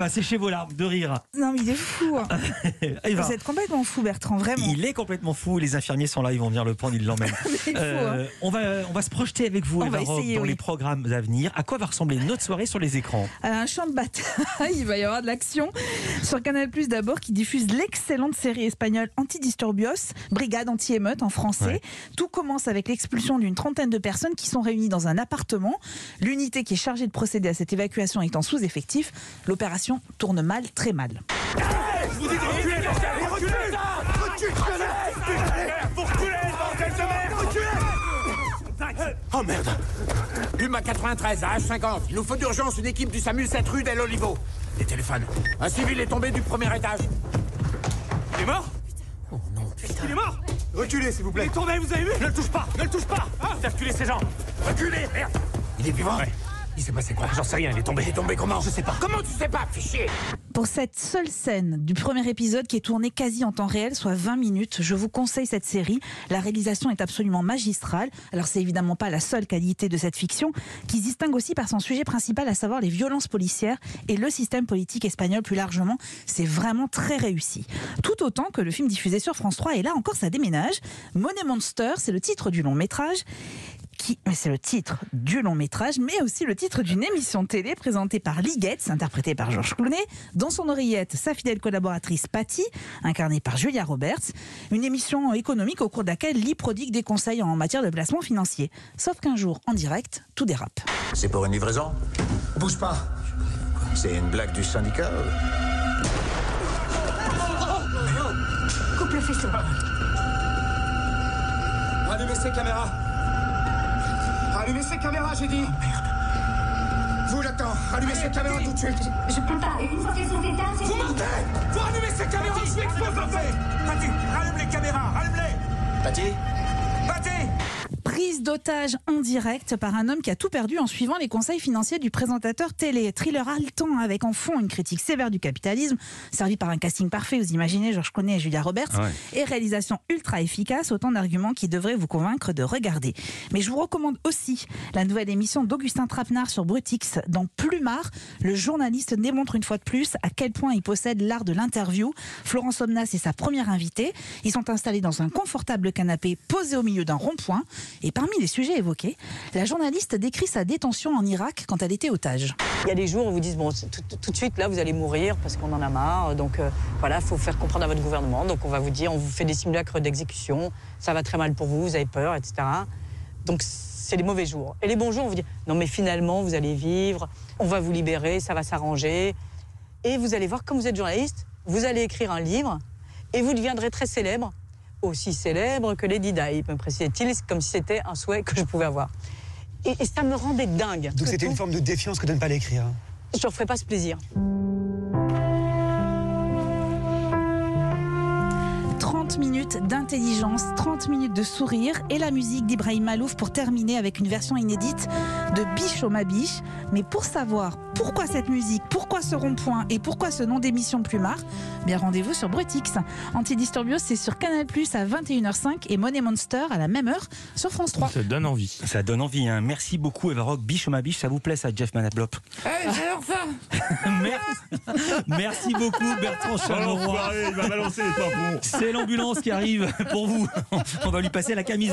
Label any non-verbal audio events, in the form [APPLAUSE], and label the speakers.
Speaker 1: va sécher vos larmes de
Speaker 2: [LAUGHS]
Speaker 1: rire.
Speaker 2: Non, mais il est fou. hein.
Speaker 1: Eva,
Speaker 2: Vous êtes complètement fou, Bertrand, vraiment.
Speaker 1: Ah, il est complètement fou. Les infirmiers sont là, ils vont venir le prendre, ils l'emmènent.
Speaker 2: [LAUGHS] Il est fou, hein.
Speaker 1: Euh, on, va, on va se projeter avec vous,
Speaker 2: On
Speaker 1: Eva
Speaker 2: va
Speaker 1: Rock,
Speaker 2: essayer,
Speaker 1: dans
Speaker 2: oui.
Speaker 1: les programmes à venir. À quoi va ressembler notre soirée sur les écrans
Speaker 2: À un champ de bataille, il va y avoir de l'action. Sur Canal Plus d'abord, qui diffuse l'excellente série espagnole Antidisturbios, Brigade anti-émeute en français.
Speaker 1: Ouais.
Speaker 2: Tout commence avec l'expulsion d'une trentaine de personnes qui sont réunies dans un appartement. L'unité qui est chargée de procéder à cette évacuation étant sous-effectif, l'opération tourne mal, très mal.
Speaker 3: Oh merde Huma 93 à H50. Il nous faut d'urgence une équipe du SAMU 7 rue d'El Olivo. Des téléphones. Un civil est tombé du premier étage.
Speaker 4: Il est mort Il est mort
Speaker 3: Reculez, s'il vous
Speaker 4: Il est tombé, vous avez vu Ne le touche pas Ne le touche pas hein Circulez ces gens
Speaker 3: Reculez Merde Il est vivant
Speaker 4: Ouais.
Speaker 3: Il s'est passé quoi
Speaker 4: J'en sais rien, il est tombé.
Speaker 3: Il est tombé comment Je sais pas. Comment tu sais pas, fichier
Speaker 2: Pour cette seule scène du premier épisode qui est tournée quasi en temps réel, soit 20 minutes, je vous conseille cette série. La réalisation est absolument magistrale. Alors c'est évidemment pas la seule qualité de cette fiction, qui se distingue aussi par son sujet principal, à savoir les violences policières et le système politique espagnol plus largement. C'est vraiment très réussi. Tout autant que le film diffusé sur France 3, et là encore ça déménage. Money Monster, c'est le titre du long métrage qui, mais c'est le titre du long métrage, mais aussi le titre d'une émission télé présentée par Lee Gates, interprétée par Georges Clooney, dans son oreillette, sa fidèle collaboratrice Patty, incarnée par Julia Roberts, une émission économique au cours de laquelle Lee prodigue des conseils en matière de placement financier. Sauf qu'un jour, en direct, tout dérape.
Speaker 5: C'est pour une livraison Bouge pas C'est une blague du syndicat euh
Speaker 6: Coupe le faisceau.
Speaker 3: Allumez ces caméras Allumez ces caméras, j'ai dit Vous, l'attend Allumez ces caméras tout de suite
Speaker 6: Je, je peux pas. Une fois qu'elles sont éteintes, c'est
Speaker 3: Vous mentez Vous allumez ces caméras, je suis explose la fête Patty, allume les caméras, allume-les
Speaker 5: Patty
Speaker 3: Patty
Speaker 2: Prise d'otage en direct par un homme qui a tout perdu en suivant les conseils financiers du présentateur télé. Thriller haletant avec en fond une critique sévère du capitalisme, servi par un casting parfait, vous imaginez, Georges Clooney et Julia Roberts, et réalisation ultra efficace, autant d'arguments qui devraient vous convaincre de regarder. Mais je vous recommande aussi la nouvelle émission d'Augustin Trapenard sur Brutix dans Plumard. Le journaliste démontre une fois de plus à quel point il possède l'art de l'interview. Florence Omnas est sa première invitée. Ils sont installés dans un confortable canapé posé au milieu d'un rond-point. Et parmi les sujets évoqués, la journaliste décrit sa détention en Irak quand elle était otage.
Speaker 7: Il y a des jours où vous disent bon c'est tout, tout- tout de suite là vous allez mourir parce qu'on en a marre donc euh, voilà faut faire comprendre à votre gouvernement donc on va vous dire on vous fait des simulacres d'exécution ça va très mal pour vous vous avez peur etc donc c'est les mauvais jours et les bons jours on vous dit non mais finalement vous allez vivre on va vous libérer ça va s'arranger et vous allez voir comme vous êtes journaliste vous allez écrire un livre et vous deviendrez très célèbre aussi célèbre que Lady Di me précisait-il c'est comme si c'était un souhait que je pouvais avoir et, et ça me rendait dingue
Speaker 8: Donc c'était une forme de défiance que de ne pas l'écrire.
Speaker 7: je leur ferai pas ce plaisir
Speaker 2: 30 minutes d'intelligence, 30 minutes de sourire et la musique d'Ibrahim Malouf pour terminer avec une version inédite de Biche au Mabiche. Mais pour savoir pourquoi cette musique, pourquoi ce rond-point et pourquoi ce nom d'émission Plumard, eh bien rendez-vous sur Brutix. Antidisturbios, c'est sur Canal Plus à 21h05 et Money Monster à la même heure sur France 3.
Speaker 9: Ça donne envie.
Speaker 1: Ça donne envie. hein. Merci beaucoup, Eva Rock. Biche ou ma biche, ça vous plaît, ça, Jeff Manablop [LAUGHS] Merci, merci beaucoup, Bertrand Charleroi.
Speaker 9: il va balancer les papons.
Speaker 1: C'est l'ambulance qui arrive pour vous. On va lui passer la camise.